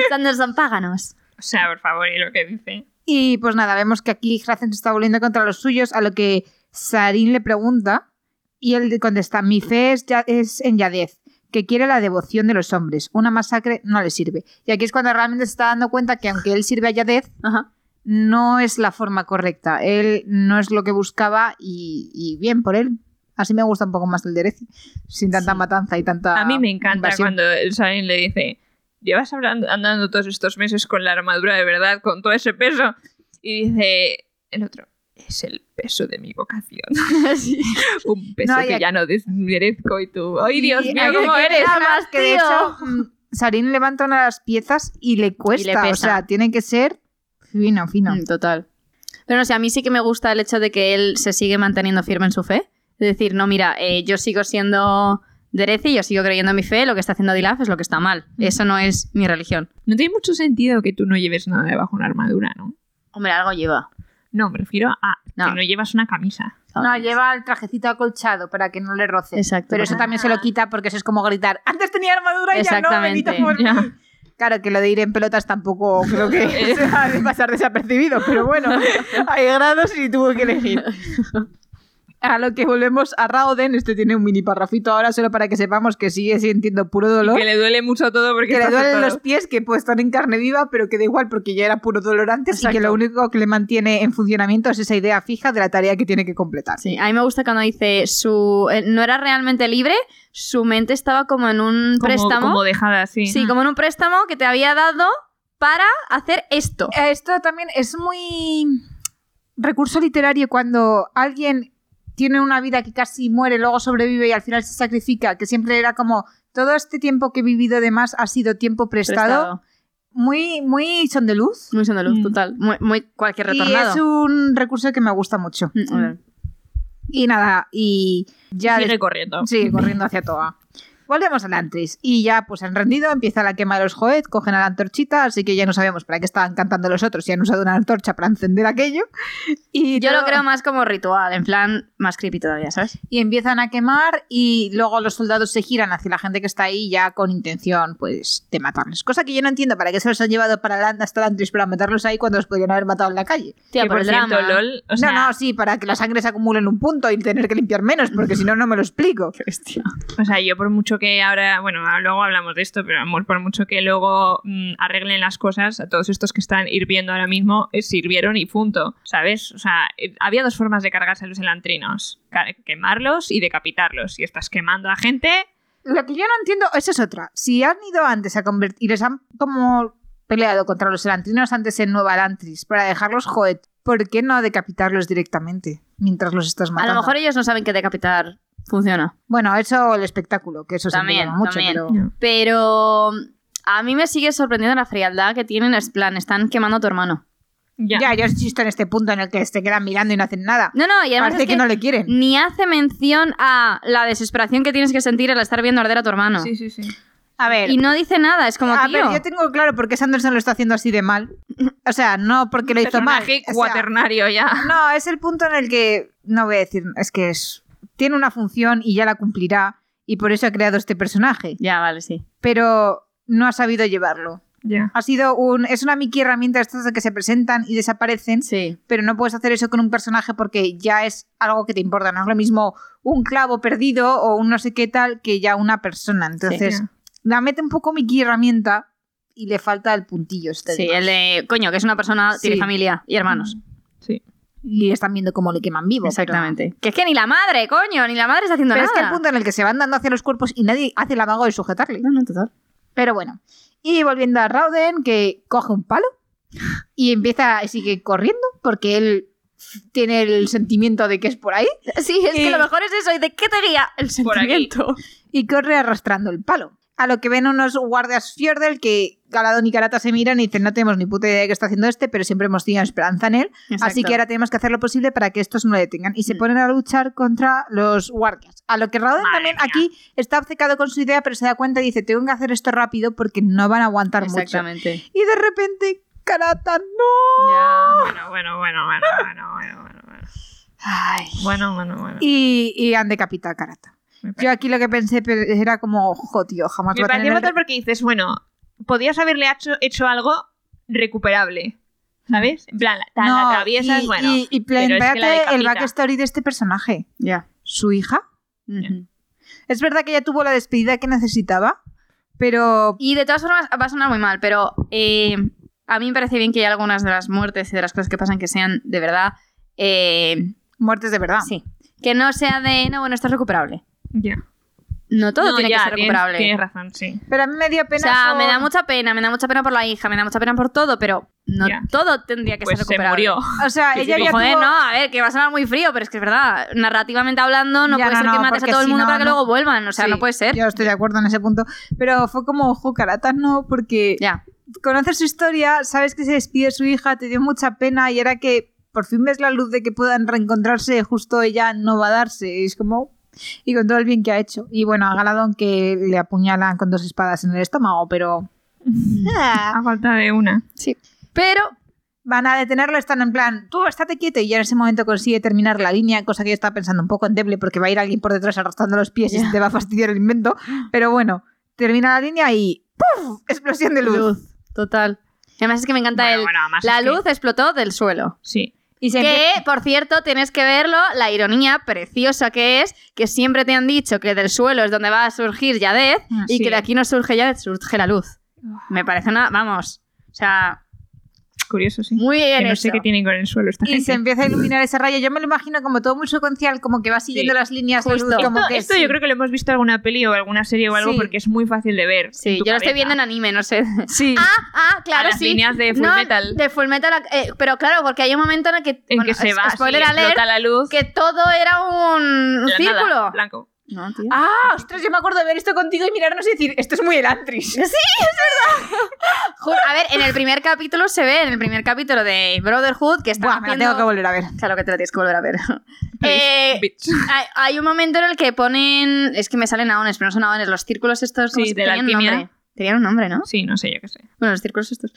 Sanderson, páganos. O sea, por favor, y lo que dice. Y pues nada, vemos que aquí Hrazen se está volviendo contra los suyos, a lo que Sarin le pregunta y él le contesta, mi fe es, ya- es en Yadez, que quiere la devoción de los hombres, una masacre no le sirve. Y aquí es cuando realmente se está dando cuenta que aunque él sirve a Yadez, Ajá. <laughs> no es la forma correcta, él no es lo que buscaba y, y bien por él. Así me gusta un poco más el Derezi, sin tanta Sí. matanza y tanta... A mí me encanta invasión. cuando el Sarin le dice, llevas hablando- andando todos estos meses con la armadura de verdad, con todo ese peso. Y dice el otro, es el peso de mi vocación. <laughs> Sí. Un peso No, y que aquí- ya no desmerezco y tú, ¡ay Dios Y mío, hay cómo que eres! ver Además, más que de tío. hecho, mm, Sarin levanta una de las piezas y le cuesta. O pesa. sea, tiene que ser fino, fino. Mm, Total. Pero no sé, a mí sí que me gusta el hecho de que él se sigue manteniendo firme en su fe. Es decir, no, mira, eh, yo sigo siendo Derezi, yo sigo creyendo en mi fe, lo que está haciendo Dilaf es lo que está mal. Eso no es mi religión. No tiene mucho sentido que tú no lleves nada debajo una armadura, ¿no? Hombre, algo lleva. No, me refiero a No. que no llevas una <laughs> camisa. No, lleva el trajecito acolchado para que no le roce. Exacto. Pero eso también se lo quita porque eso es como gritar. Antes tenía armadura y ya no, Exactamente. bendito por mí". Ya. Claro que lo de ir en pelotas tampoco creo <laughs> que sea de pasar desapercibido, pero <laughs> bueno, hay grados y tuvo que <laughs> elegir. A lo que volvemos a Rauden, este tiene un mini parrafito ahora solo para que sepamos que sigue sintiendo puro dolor. Que le duele mucho todo porque que le está duelen azotado. los pies, que pues están en carne viva, pero que da igual porque ya era puro dolor antes y que Exacto. lo único que le mantiene en funcionamiento es esa idea fija de la tarea que tiene que completar. Sí, a mí me gusta cuando dice su eh, no era realmente libre, su mente estaba como en un como, préstamo. como dejada así. sí, como en un préstamo que te había dado para hacer esto. Eh, Esto también es muy recurso literario cuando alguien tiene una vida que casi muere, luego sobrevive y al final se sacrifica, que siempre era como todo este tiempo que he vivido de más ha sido tiempo prestado, Prestado. muy muy son de luz. Muy son de luz, Mm. total. Muy, muy cualquier Y retornado. es un recurso que me gusta mucho. Mm, a ver. Y nada, y ya después- Sigue corriendo. Sí, corriendo hacia Toa. Volvemos al Antris y ya pues han rendido, empieza la quema de los Joet, cogen a la antorchita, así que ya no sabemos para qué estaban cantando los otros y han usado una antorcha para encender aquello. Y Yo lo todo- creo más como ritual, en plan más creepy todavía, ¿sabes? Y empiezan a quemar y luego los soldados se giran hacia la gente que está ahí ya con intención pues de matarles. Cosa que yo no entiendo para qué se los han llevado para la, hasta el Antris para matarlos ahí cuando los podrían haber matado en la calle. Tía, Que, por, por el cierto, drama. ¿eh? LOL, o sea, no, no, sí, para que la sangre se acumule en un punto y tener que limpiar menos, porque si no, no me lo explico. Qué bestia. O sea, yo por mucho mucho que ahora, bueno, luego hablamos de esto, pero amor, por mucho que luego mm, arreglen las cosas, a todos estos que están hirviendo ahora mismo, eh, sirvieron y punto, ¿sabes? O sea, eh, había dos formas de cargarse a los elantrinos, ca- quemarlos y decapitarlos. Y estás quemando a gente, Lo que yo no entiendo, esa es otra. Si han ido antes a convertir y les han como peleado contra los elantrinos antes en Nueva Elantris para dejarlos joet, ¿por qué no decapitarlos directamente mientras los estás A matando? lo mejor ellos no saben que decapitar funciona. Bueno, eso el espectáculo, que eso se También, llama mucho, también. pero... Pero mm, a mí me sigue sorprendiendo la frialdad que tienen. Es plan, están quemando a tu hermano. ya. Ya, yo insisto en este punto en el que se quedan mirando y no hacen nada. No, no, y además Parece es que, no le quieren. ni hace mención a la desesperación que tienes que sentir al estar viendo arder a tu hermano. Sí, sí, sí. A ver, Y no dice nada, es como, a tío, ver, yo tengo claro por qué Sanderson lo está haciendo así de mal. <laughs> O sea, no porque lo hizo mal. Personaje o sea, cuaternario ya. no, es el punto en el que no voy a decir, es que es, tiene una función y ya la cumplirá y por eso ha creado este personaje, Ya, vale, sí. pero no ha sabido llevarlo. Ya. Ha sido un es una Mickey herramienta de estas de que se presentan y desaparecen, Sí. pero no puedes hacer eso con un personaje porque ya es algo que te importa, no es lo mismo un clavo perdido o un no sé qué tal que ya una persona. Entonces, ya. la mete un poco Mickey herramienta y le falta el puntillo este. Sí, de- el de, coño, que es una persona, tiene Sí. familia y hermanos. Mm, Sí. Y están viendo cómo le queman vivo. pero- Exactamente. Que es que ni la madre, coño, ni la madre está haciendo Pero es nada. que el punto en el que se van dando hacia los cuerpos y nadie hace el amago de sujetarle. No, no, total. Pero bueno. Y volviendo a Rauden, que coge un palo y empieza y sigue corriendo porque él tiene el sentimiento de que es por ahí Sí, es Y- que lo mejor es eso. ¿Y de qué te guía? El Por aquí. sentimiento. y corre arrastrando el palo. A lo que ven unos guardias Fiordel que Galadón y Karata se miran y dicen no tenemos ni puta idea de qué está haciendo este, pero siempre hemos tenido esperanza en él. Así que ahora tenemos que hacer lo posible para que estos no lo detengan. Y se Mm. ponen a luchar contra los guardias. A lo que Rauden Madre también mía. aquí está obcecado con su idea, pero se da cuenta y dice, tengo que hacer esto rápido porque no van a aguantar mucho. Exactamente. Y de repente, Karata, no. Ya. Bueno, bueno, bueno, bueno, bueno, bueno, bueno, bueno. Bueno, bueno, bueno. Y, y han decapitado a Karata. Me parece- Yo aquí lo que pensé pero era como, jo, tío, jamás Me va a pareció tener... el- fatal porque dices, bueno, podías haberle hecho, hecho algo recuperable, ¿sabes? En plan, la, tan la No, atraviesas, y, bueno. y, y plan, pero es que la véate el decapita. backstory de este personaje. Ya. ¿Su hija? Ujú. Es verdad que ella tuvo la despedida que necesitaba, pero... Y de todas formas, va a sonar muy mal, pero eh, a mí me parece bien que haya algunas de las muertes y de las cosas que pasan que sean de verdad. eh, Muertes de verdad. Sí. Que no sea de. No, bueno, esto es recuperable. Ya. No todo No, tiene ya, que ser tienes- recuperable. Tienes, razón, sí. Pero a mí me dio o pena. sea, por- me da mucha pena, me da mucha pena por la hija, me da mucha pena por todo, pero no Ya. todo tendría que Pues ser se recuperable. murió. O sea, Sí, sí, ella sí. ya Joder, tuvo- no, a ver, que va a sonar muy frío, pero es que es verdad. Narrativamente hablando, no Ya, puede no, ser que no, mates a porque todo el si mundo no, para que no. luego vuelvan. O sea, Sí, no puede ser. Yo estoy de acuerdo en ese punto. Pero fue como, ojo, Caratas no, porque Ya. conoces su historia, sabes que se despide su hija, te dio mucha pena y ahora que por fin ves la luz de que puedan reencontrarse, justo ella no va a darse. Es como. Y con todo el bien que ha hecho. Y bueno, a Galadón que le apuñalan con dos espadas en el estómago, pero. A falta de una. Pero, Van a detenerlo, están en plan, tú estate quieto. Y ya en ese momento consigue terminar la línea, cosa que yo estaba pensando un poco endeble porque va a ir alguien por detrás arrastrando los pies y Ya. te va a fastidiar el invento. Pero bueno, termina la línea y ¡puf! <laughs> Explosión de luz. luz, total. Además es que me encanta Bueno, el. bueno, además la es que- luz explotó del suelo. Sí. Y se Que, por cierto, tienes que verlo, la ironía preciosa que es, que siempre te han dicho que del suelo es donde va a surgir Yadez Ah, y sí. que de aquí no surge Yadez, surge la luz. Me parece una, vamos, o sea, Curioso, sí. muy bien Que no sé hecho. qué tienen con el suelo esta y gente. se empieza a iluminar esa raya. Yo me lo imagino como todo muy secuencial, como que va siguiendo Sí. las líneas de luz, Justo. como Esto, que esto sí. yo creo que lo hemos visto en alguna peli o alguna serie o algo Sí. porque es muy fácil de ver. Sí, yo lo estoy viendo en anime, no sé. Sí. <laughs> Ah, ah, claro, A las sí. líneas de Full No, Metal. De Full Metal, eh, pero claro, porque hay un momento en el que, En bueno, que se es- va, spoiler sí, alert, explota la luz. que todo era la un nada, círculo. blanco. No, tío. Ah, ostras, yo me acuerdo de ver esto contigo y mirarnos y decir, esto es muy el Antris. Ju- A ver, en el primer capítulo se ve, en el primer capítulo de Brotherhood, que está Buah, me la tengo que volver a ver. Claro que te lo tienes que volver a ver. Please, Eh, <laughs> bitch. hay, hay un momento en el que ponen. Es que me salen aones, pero no son aones. Los círculos estos. ¿cómo Sí, se- de la tenían alquimia. nombre. Tenían un nombre, ¿no? Sí, no sé, yo qué sé. Bueno, los círculos estos.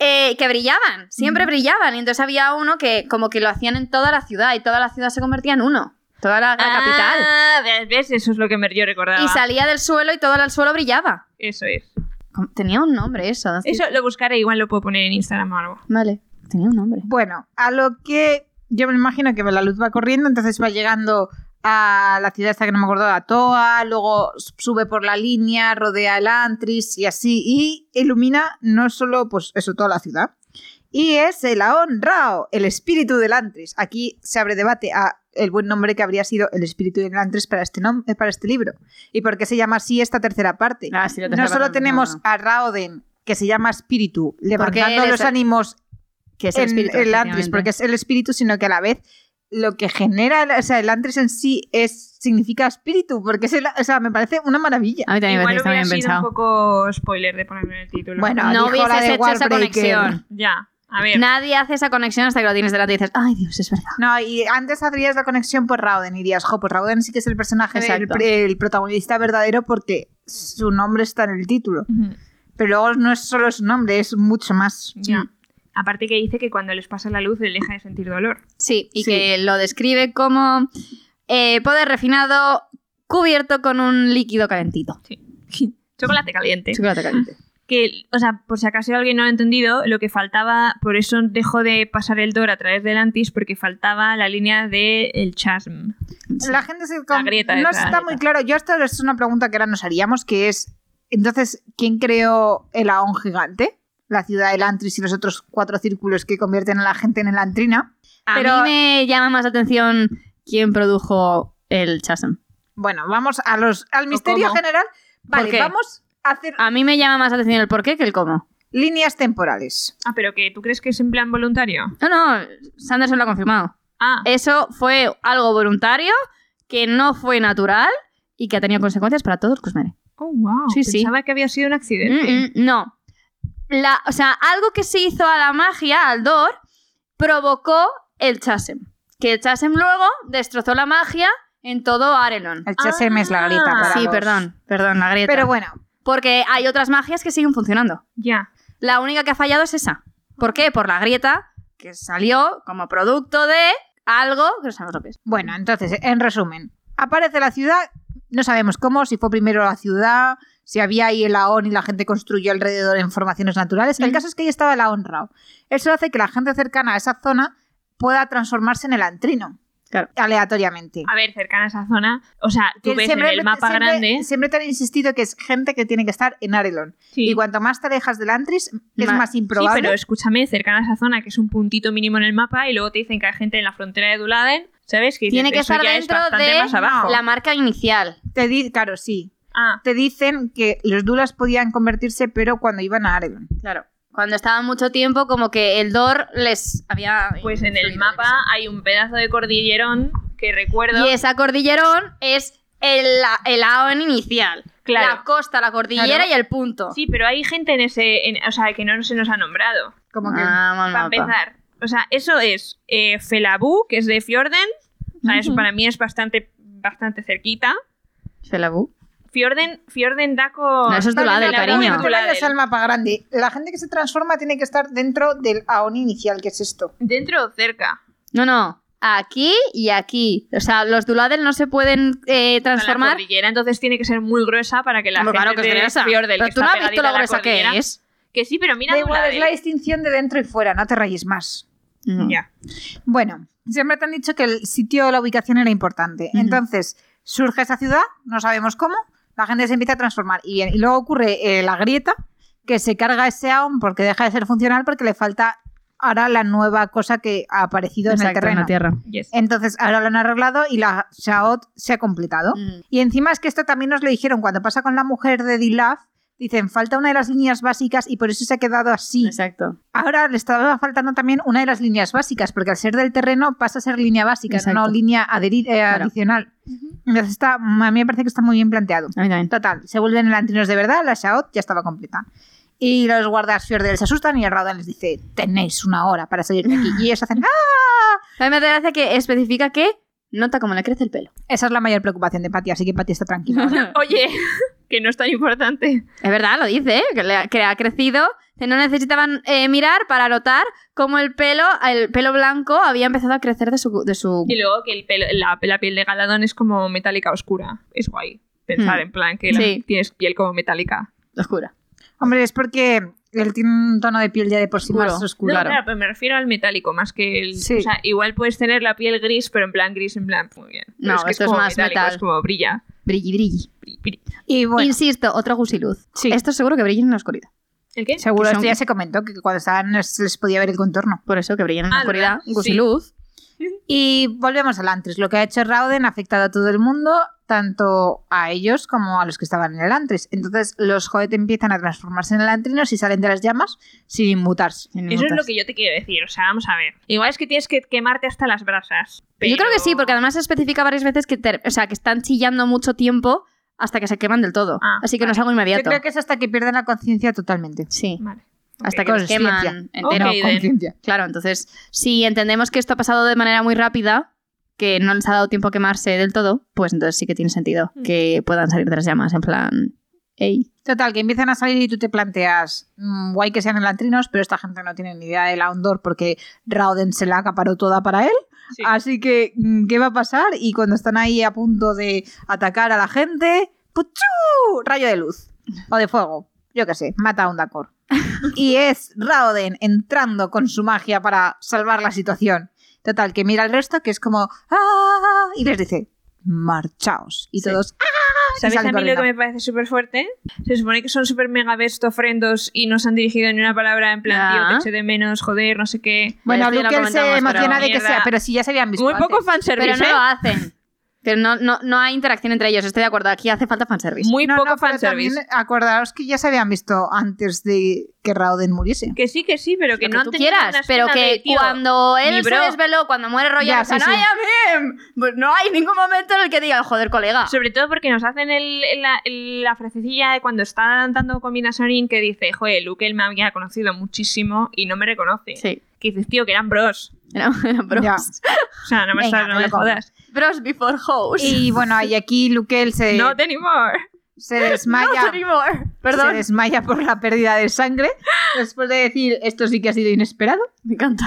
Eh, que brillaban, siempre brillaban. Y entonces había uno que, como que lo hacían en toda la ciudad. Y toda la ciudad se convertía en uno. Toda la, la capital. Ah, ¿ves? ¿ves? Eso es lo que me, yo recordaba. Y salía del suelo y todo el suelo brillaba. Eso es. Como- Tenía un nombre eso. Eso lo buscaré, igual lo puedo poner en Instagram o algo. Vale. Tenía un nombre. Bueno, a lo que yo me imagino que la luz va corriendo, entonces va llegando a la ciudad esta que no me acuerdo, a Toa, luego sube por la línea, rodea el Antris y así, y ilumina no solo, pues eso, toda la ciudad. Y es el Aon Rao, el espíritu del Antris. Aquí se abre debate a el buen nombre que habría sido el espíritu del Antris para este, nom- eh, para este libro. ¿Y por qué se llama así esta tercera parte? Ah, sí, la tercera No solo parte, tenemos no, no. a Raoden, que se llama espíritu, él levantando es los el- ánimos que es el en espíritu. el antris, efectivamente. porque es el espíritu, sino que a la vez lo que genera, el- o sea, el antris en sí es, significa espíritu, porque es el- o sea, me parece una maravilla. A mí también me Igual parece que está hubiera bien sido un pensado. poco spoiler de ponerlo en el título. Bueno, dijo la No hubieses de hecho esa Warbreaker. conexión. Ya, a ver. Nadie hace esa conexión hasta que lo tienes delante y dices, ay Dios, es verdad. No, y antes hacías la conexión por Rauden y dirías, jo, pues Rauden sí que es el personaje, del- Exacto. el, protagonista verdadero porque su nombre está en el título. Ujú, Pero luego no es solo su nombre, es mucho más. Ya. Aparte que dice que cuando les pasa la luz él deja de sentir <laughs> dolor. Sí, y Sí. que lo describe como eh, poder refinado cubierto con un líquido calentito. Chocolate caliente. Chocolate caliente. que, o sea, por si acaso alguien no lo ha entendido, lo que faltaba, por eso dejó de pasar el Dor a través del Antis, porque faltaba la línea del el Chasm. La gente se con- grieta esa, no está grieta. muy claro. Yo esta es una pregunta que ahora nos haríamos, que es entonces, ¿quién creó el Aón gigante? La ciudad del Antris y los otros cuatro círculos que convierten a la gente en elantrina. A Pero- mí me llama más la atención quién produjo el chasm. Bueno, vamos a los al misterio cómo? general. Vale, qué? vamos a hacer A mí me llama más la atención el por qué que el cómo. líneas temporales. Ah, pero que tú crees que es en plan voluntario. No, no, Sanderson lo ha confirmado. Ah, Eso fue algo voluntario, que no fue natural y que ha tenido consecuencias para todos Cosmere. oh, wow. Sí, sí. Pensaba que había sido un accidente. Mm, mm, no. La- o sea, algo que se hizo a la magia, al Dor, provocó el Chasem. Que el Chasem luego destrozó la magia en todo Arelon. El chasem Ah, es la grieta. para Sí, los- perdón, perdón, la grieta. Pero bueno, Porque hay otras magias que siguen funcionando. Ya. La única que ha fallado es esa. ¿Por qué? Por la grieta que salió como producto de algo que no sabemos lo que es. bueno, entonces, en resumen, aparece la ciudad, no sabemos cómo, si fue primero la ciudad, si había ahí el Aón y la gente construyó alrededor en formaciones naturales. El Ujú. caso es que ahí estaba el Aón Rao. Eso hace que la gente cercana a esa zona pueda transformarse en el antrino. Claro. Aleatoriamente. A ver, cercana a esa zona. O sea, Ah, tú Que ves en el mapa siempre- grande. Siempre te han insistido que es gente que tiene que estar en Arelon. Sí. Y cuanto más te alejas del Antris, es Ma- más Sí, improbable. pero escúchame, cercana a esa zona, que es un puntito mínimo en el mapa, y luego te dicen que hay gente en la frontera de Duladen, ¿sabes? Que dices, Tiene que "Eso estar ya es dentro bastante de más abajo. la marca inicial. Te di- claro, sí. Ah, Te dicen que los Dulas podían convertirse, pero cuando iban a Arelon. Claro. Cuando estaban mucho tiempo, como que el Dor les había. Pues en el influido, yo mapa hay un pedazo de cordillerón que qué recuerdo. sé. Y esa cordillerón es el, la- el AON inicial. Claro. La costa, la cordillera Claro. y el punto. Sí, pero hay gente en ese. en- o sea, que no se nos ha nombrado. Como que Ah, mal Para mapa. empezar. O sea, eso es eh, Felabú, que es de Fjorden. O sea, eso Ujú. para mí es bastante, bastante cerquita. Felabú. Fjorden, Fjorden da con. No, eso es Vale, Duladel, mira, cariño. no te vayas Duladel. al mapa grande. La gente que se transforma tiene que estar dentro del Aon inicial, que es esto. Dentro o cerca. No, no. Aquí y aquí. O sea, los Duladel no se pueden O eh, sea, La transformar. cordillera entonces tiene que ser muy gruesa para que la Hombre, gente claro que es de gruesa. Fjorden, Pero que tú no está has visto pegadita a lo la gruesa cordillera- que es. Que sí, pero mira. Da igual, es Duladel. la distinción de dentro y fuera, no te rayes más. Mm. Ya. Bueno, siempre te han dicho que el sitio, la ubicación era importante. Ujú. Entonces, surge esa ciudad, no sabemos cómo, la gente se empieza a transformar. Y, y luego ocurre eh, la grieta, que se carga ese Aon porque deja de ser funcional porque le falta ahora la nueva cosa que ha aparecido en el Exacto, en terreno. la tierra. Yes. Entonces, ahora lo han arreglado y la Shaot se ha completado. Mm. Y encima es que esto también nos lo dijeron cuando pasa con la mujer de Dilaf. Dicen, falta una de las líneas básicas y por eso se ha quedado así. Exacto. Ahora le estaba faltando también una de las líneas básicas, porque al ser del terreno pasa a ser línea básica, Exacto. no línea adheri- eh, Claro. adicional. Entonces está, a mí me parece que está muy bien planteado. A mí también. Total, se vuelven elantrinos de verdad, la Shaot ya estaba completa. Y los guardas Fjordel se asustan y el Raudan les dice, tenéis una hora para salir de aquí. Y ellos hacen, ¡ah! A mí me hace gracia que especifica que nota cómo le crece <laughs> el pelo. Esa es la mayor preocupación de Patty, así que Patty está <laughs> tranquila. ahora. es Oye, <laughs> que no es tan importante. verdad, lo dice, ¿eh? que, le ha, que ha crecido. Que no necesitaban eh, mirar para notar cómo el pelo, el pelo blanco había empezado a crecer de su... De su... Y luego que el pelo- la, la piel de Galadón es como metálica oscura. Es guay pensar Hmm. en plan que la- Sí. tienes piel como metálica. Oscura. Hombre, es porque él tiene un tono de piel ya de por sí Oscuro. más oscuro. No, claro, pero me refiero al metálico más que el. Sí. O sea, igual puedes tener la piel gris, pero en plan gris, en plan. Muy bien. Pero No, que esto es como más metálico, metal. Es como brilla. Brilli, brilli. bri- bri- Y bueno, Insisto, otro gusiluz. Sí. Esto seguro que brilla en la oscuridad. ¿El qué? seguro que esto son- ya se comentó que cuando estaban no se les podía ver el contorno. Por eso que brilla en la Ah, oscuridad. ¿verdad? Gusiluz. Y volvemos al Antris. Lo que ha hecho Rauden ha afectado a todo el mundo, tanto a ellos como a los que estaban en el Antris. Entonces los Joet empiezan a transformarse en elantrinos y salen de las llamas sin inmutarse. sin Eso es lo inmutarse. que yo te quiero decir. O sea, vamos a ver. Igual es que tienes que quemarte hasta las brasas. Yo creo pero- que sí, porque además se especifica varias veces que, ter- o sea, que están chillando mucho tiempo hasta que se queman del todo. Ah, Así que no es algo Yo inmediato. creo que es hasta que pierden la conciencia totalmente. Sí. Vale. Hasta Ok. que los Conciencia. queman entero. No, Ok. conciencia. Claro, entonces, si entendemos que esto ha pasado de manera muy rápida, que no les ha dado tiempo a quemarse del todo, pues entonces sí que tiene sentido Mm. que puedan salir de las llamas en plan, ¡Ey! Total, que empiezan a salir y tú te planteas, mm, guay que sean elantrinos, pero esta gente no tiene ni idea de la Ondor porque Rauden se la acaparó toda para él. Sí. Así que, mm, ¿qué va a pasar? Y cuando están ahí a punto de atacar a la gente, ¡puchú! Rayo de luz. O de fuego. Yo qué sé, mata a un Dakor. y es Rauden entrando con su magia para salvar la situación. Total, que mira al resto que es como, ¡ah! Y les dice, marchaos. Y Sí. todos, ¡ah! y ¿Sabéis salen a mí lo corriendo. que me parece súper fuerte? Se supone que son súper mega best ofrendos y no se han dirigido ni una palabra en plan, Ya. tío, te eché de menos, joder, no sé qué. Bueno, Esto ya lo Luke él se comentamos, pero emociona de que mierda. sea, pero si ya se habían visto. Muy poco antes. fanservice, Pero no lo ¿eh? hacen. Pero no, no, no hay interacción entre ellos, estoy de acuerdo. Aquí hace falta fanservice. Muy No, no, poco pero fanservice. también Acordaros que ya se habían visto antes de que Rauden muriese. Que sí, que sí, pero que Lo no han tú tenido quieras, una pero escena que de, tío, cuando mi él se bro. desveló, cuando muere Roger, Ya, en plan, sí, sí. "I am him", Pues no hay ningún momento en el que diga, joder, colega. Sobre todo porque nos hacen el, el- la, el- la frasecilla de cuando está dando con Minasarin que dice, joder, Luke él me había conocido muchísimo y no me reconoce. Sí, Que dices, tío, que eran bros. era, era <laughs> bros. Ya. O sea, no me, Venga, sal- no te me lo compro. jodas. Bros before hoes. Y bueno, y aquí Luke él se, Not anymore. se desmaya. Not anymore. Perdón. Se desmaya por la pérdida de sangre. Después de decir esto sí que ha sido inesperado. Me encanta.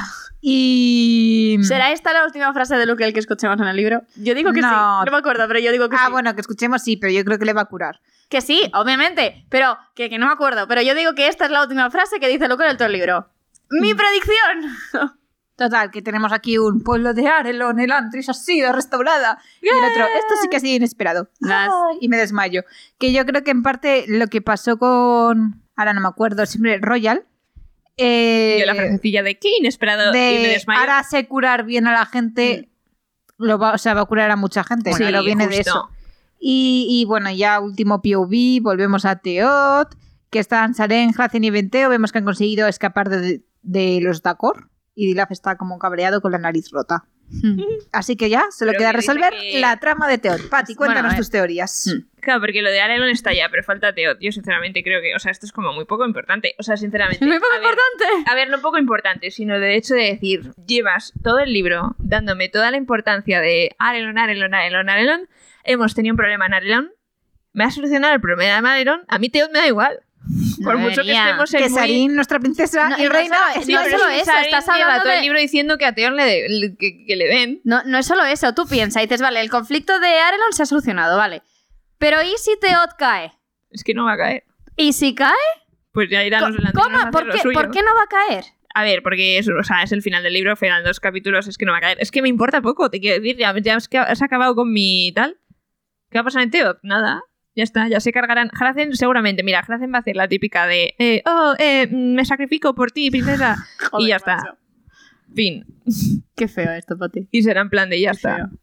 Y. ¿Será esta la última frase de Luke el que escuchamos en el libro? Yo digo que No. sí. No me acuerdo, pero yo digo que Ah, sí. bueno, que escuchemos sí, pero yo creo que le va a curar. Que sí, obviamente. Pero que, que no me acuerdo. Pero yo digo que esta es la última frase que dice Luke en el todo el libro. ¡Mi predicción! Total, que tenemos aquí un pueblo de Arelon, el Antris ha sido restaurada. Y el otro, esto sí que ha sido inesperado. Las- Ay, Y me desmayo. Que yo creo que en parte lo que pasó con. Ahora no me acuerdo, siempre Royal. eh, Yo la frasecilla de, qué inesperado. de y me desmayo. Mm. ahora sé curar bien a la gente. Lo va, o sea, va a curar a mucha gente, Sí, pero viene de justo. eso. Y, y bueno, ya último POV, volvemos a Teot, que están Saren, Hracen y Venteo. Vemos que han conseguido escapar de, de los Dakor. Y Dilaf está como cabreado con la nariz rota. <laughs> Así que ya, solo Pero queda que dice resolver que- la trama de Teot. Pati, Bueno, cuéntanos eh. tus teorías. Mm. Claro, porque lo de Arelon está ya, pero falta Teot. Yo sinceramente creo que, o sea, esto es como muy poco importante. O sea, sinceramente. <laughs> Es muy poco a ver, importante. A ver, no poco importante, sino de hecho de decir, llevas todo el libro dándome toda la importancia de Arelon, Arelon, Arelon, Arelon. Hemos tenido un problema en Arelon. Me ha solucionado el problema de Arelon. A mí Teot me da igual. Por mucho que Debería. estemos en Que muy- Sarin, nuestra princesa No, y no reina, solo- Sí, no pero solo es que eso, Sarin estás lleva hablando todo de- el libro diciendo que a Teot le, de- le- que, que le den. No, no es solo eso. Tú piensas y dices, vale, el conflicto de Arelon se ha solucionado, vale. Pero ¿y si Teot cae? Es que no va a caer. ¿Y si cae? Pues ya irán los ¿Cómo? delanteros a hacer ¿Por lo qué, suyo. ¿Por qué no va a caer? A ver, porque es, o sea, es el final del libro, final dos capítulos, es que no va a caer. Es que me importa poco, te quiero decir, ya, ya has, has acabado con mi tal. ¿Qué va a pasar en Teod? Nada. Ya está, ya se cargarán. Hrazen seguramente, mira, Hrazen va a hacer la típica de, eh, oh, eh, me sacrifico por ti, <laughs> princesa. Joder, ya está. macho. Fin. Qué feo esto para ti. Y será en plan de ya Qué feo. Eh, está.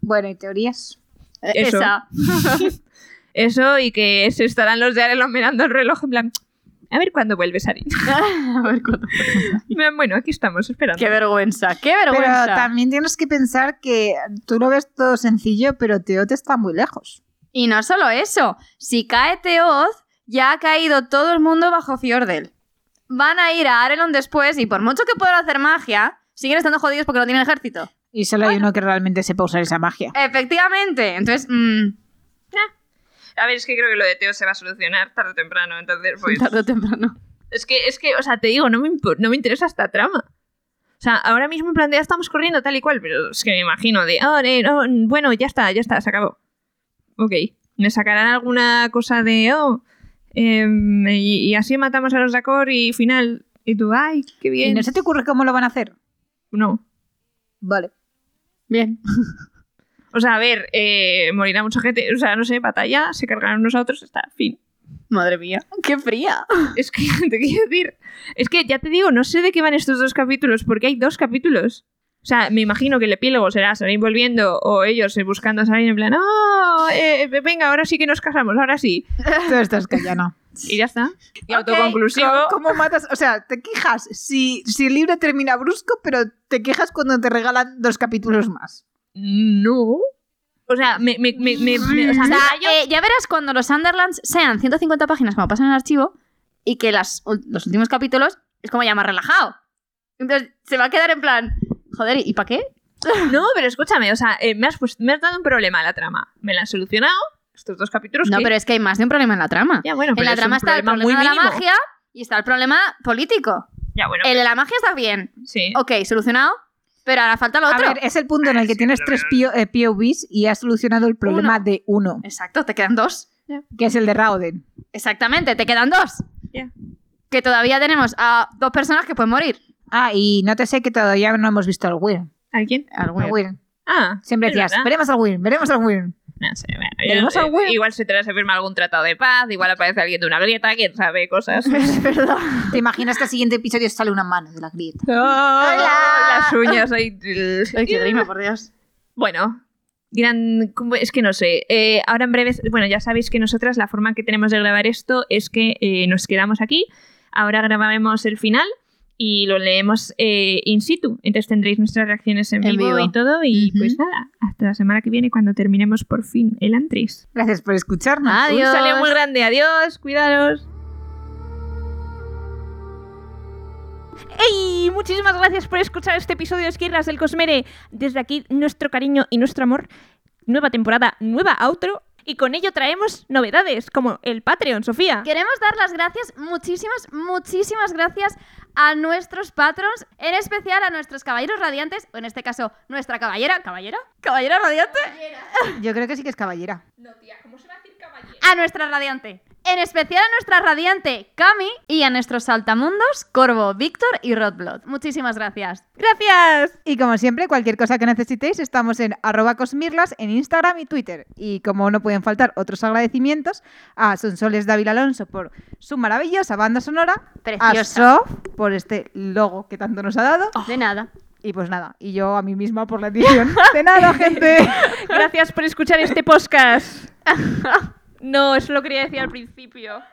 Bueno, y teorías. Eso. Esa. <laughs> Eso y que se estarán los de Arelon mirando el reloj en plan, a ver cuándo vuelves, Ari. A ver cuándo. bueno, aquí estamos esperando. Qué vergüenza, qué Pero vergüenza. también tienes que pensar que tú lo ves todo sencillo, pero Teot está muy lejos. Y no solo eso, si cae Teoz, ya ha caído todo el mundo bajo Fiordel. Van a ir a Arelon después y por mucho que puedan hacer magia, siguen estando jodidos porque no tienen ejército. Y solo hay uno que realmente sepa usar esa magia. Efectivamente, entonces... mm, A ver, es que creo que lo de Teod se va a solucionar tarde o temprano, entonces pues... tarde o temprano. Es que, es que, o sea, te digo, no me, impo- no me interesa esta trama. O sea, ahora mismo en plan de, ya estamos corriendo tal y cual, pero es que me imagino de, "Ah, eh, no, bueno, ya está, ya está, se acabó. Ok. Me sacarán alguna cosa de, oh, em, y, y así matamos a los Dakor y final. Y tú, ay, qué ¿Y bien. no se te ocurre cómo lo van a hacer? No. Vale. Bien. O sea, a ver, eh, morirá mucha gente. O sea, no sé, batalla, se cargarán unos a otros, está, fin. Madre mía, qué fría. Es que <laughs> te quiero decir. Es que ya te digo, no sé de qué van estos dos capítulos, porque hay dos capítulos. O sea, me imagino que el epílogo será se van volviendo o ellos eh, buscando a salir en plan, ¡oh! eh, eh, venga, ahora sí que nos casamos, ahora sí. Todo esto es <laughs> callano. Y ya está. Y Ok, autoconclusivo. co- ¿Cómo matas? O sea, te quejas si, si el libro termina brusco, pero te quejas cuando te regalan dos capítulos más. No. O sea, me. me, me, me- me- o sea, O sea, me- eh, ya verás cuando los Underlands sean 150 páginas como pasan en el archivo y que las, ul- los últimos capítulos es como ya más relajado. Entonces se va a quedar en plan, joder, ¿y para qué? No, pero escúchame, o sea, eh, me, has puesto- me has dado un problema a la trama. Me la han solucionado estos dos capítulos. No, que- pero es que hay más de un problema en la trama. Ya, bueno, en pero la es trama un está el problema problema muy de la mínimo. magia y está el problema político. Ya, bueno, El de la magia está bien. sí. Ok, solucionado. Pero ahora falta lo A otro. ver, eh. es el punto en el que tienes tres PO eh, POVs y has solucionado el problema de uno, Exacto, te quedan dos. que es el de Rauden. Exactamente, te quedan dos. Ya. Que todavía tenemos a dos personas que pueden morir. Ah, y no te sé que todavía no hemos visto al Wyrm. ¿A quién? Al Wyrm. Ah, Siempre es decías, verdad. veremos al Wyrm, veremos al Wyrm. No sé, bueno, yo Tenemos no sé. al web. igual se te se firma algún tratado de paz, igual aparece alguien de una grieta, quién sabe cosas. <laughs> Es verdad. <laughs> ¿Te imaginas que al siguiente episodio sale una mano de la grieta? Hola. ¡Oh! Las uñas ahí. <laughs> Ay, qué grima, por Dios. Bueno, gran, como- es que no sé. eh, ahora en breves, bueno, ya sabéis que nosotras la forma que tenemos de grabar esto es que eh, nos quedamos aquí, ahora grabamos el final y lo leemos eh, in situ. Entonces tendréis nuestras reacciones en, En vivo, vivo. y todo. Y Ujú. pues nada, hasta la semana que viene cuando terminemos por fin el Antris. Gracias por escucharnos. Adiós. Un saludo muy grande, adiós, cuidaros. ¡Ey! Muchísimas gracias por escuchar este episodio de Esquirlas del Cosmere. Desde aquí, nuestro cariño y nuestro amor. Nueva temporada, nueva outro. Y con ello traemos novedades, como el Patreon, <laughs> Sofía. Queremos dar las gracias, muchísimas, muchísimas gracias a nuestros patrons, en especial a nuestros caballeros radiantes, o en este caso, nuestra caballera, ¿caballera? ¿Caballera radiante? Yo creo que sí que es caballera. A nuestra radiante. En especial a nuestra radiante Cami y a nuestros saltamundos Corvo, Víctor y Rodblood. Muchísimas gracias. ¡Gracias! Y como siempre, cualquier cosa que necesitéis, estamos en arroba cosmirlas en Instagram y Twitter. Y como no pueden faltar otros agradecimientos, a Sonsoles Dávila Alonso por su maravillosa banda sonora, a Preciosa. Sof por este logo que tanto nos ha dado, De nada. y pues nada, y yo a mí misma por la edición. De nada, gente. <laughs> Gracias por escuchar este podcast. No, eso lo quería decir al principio.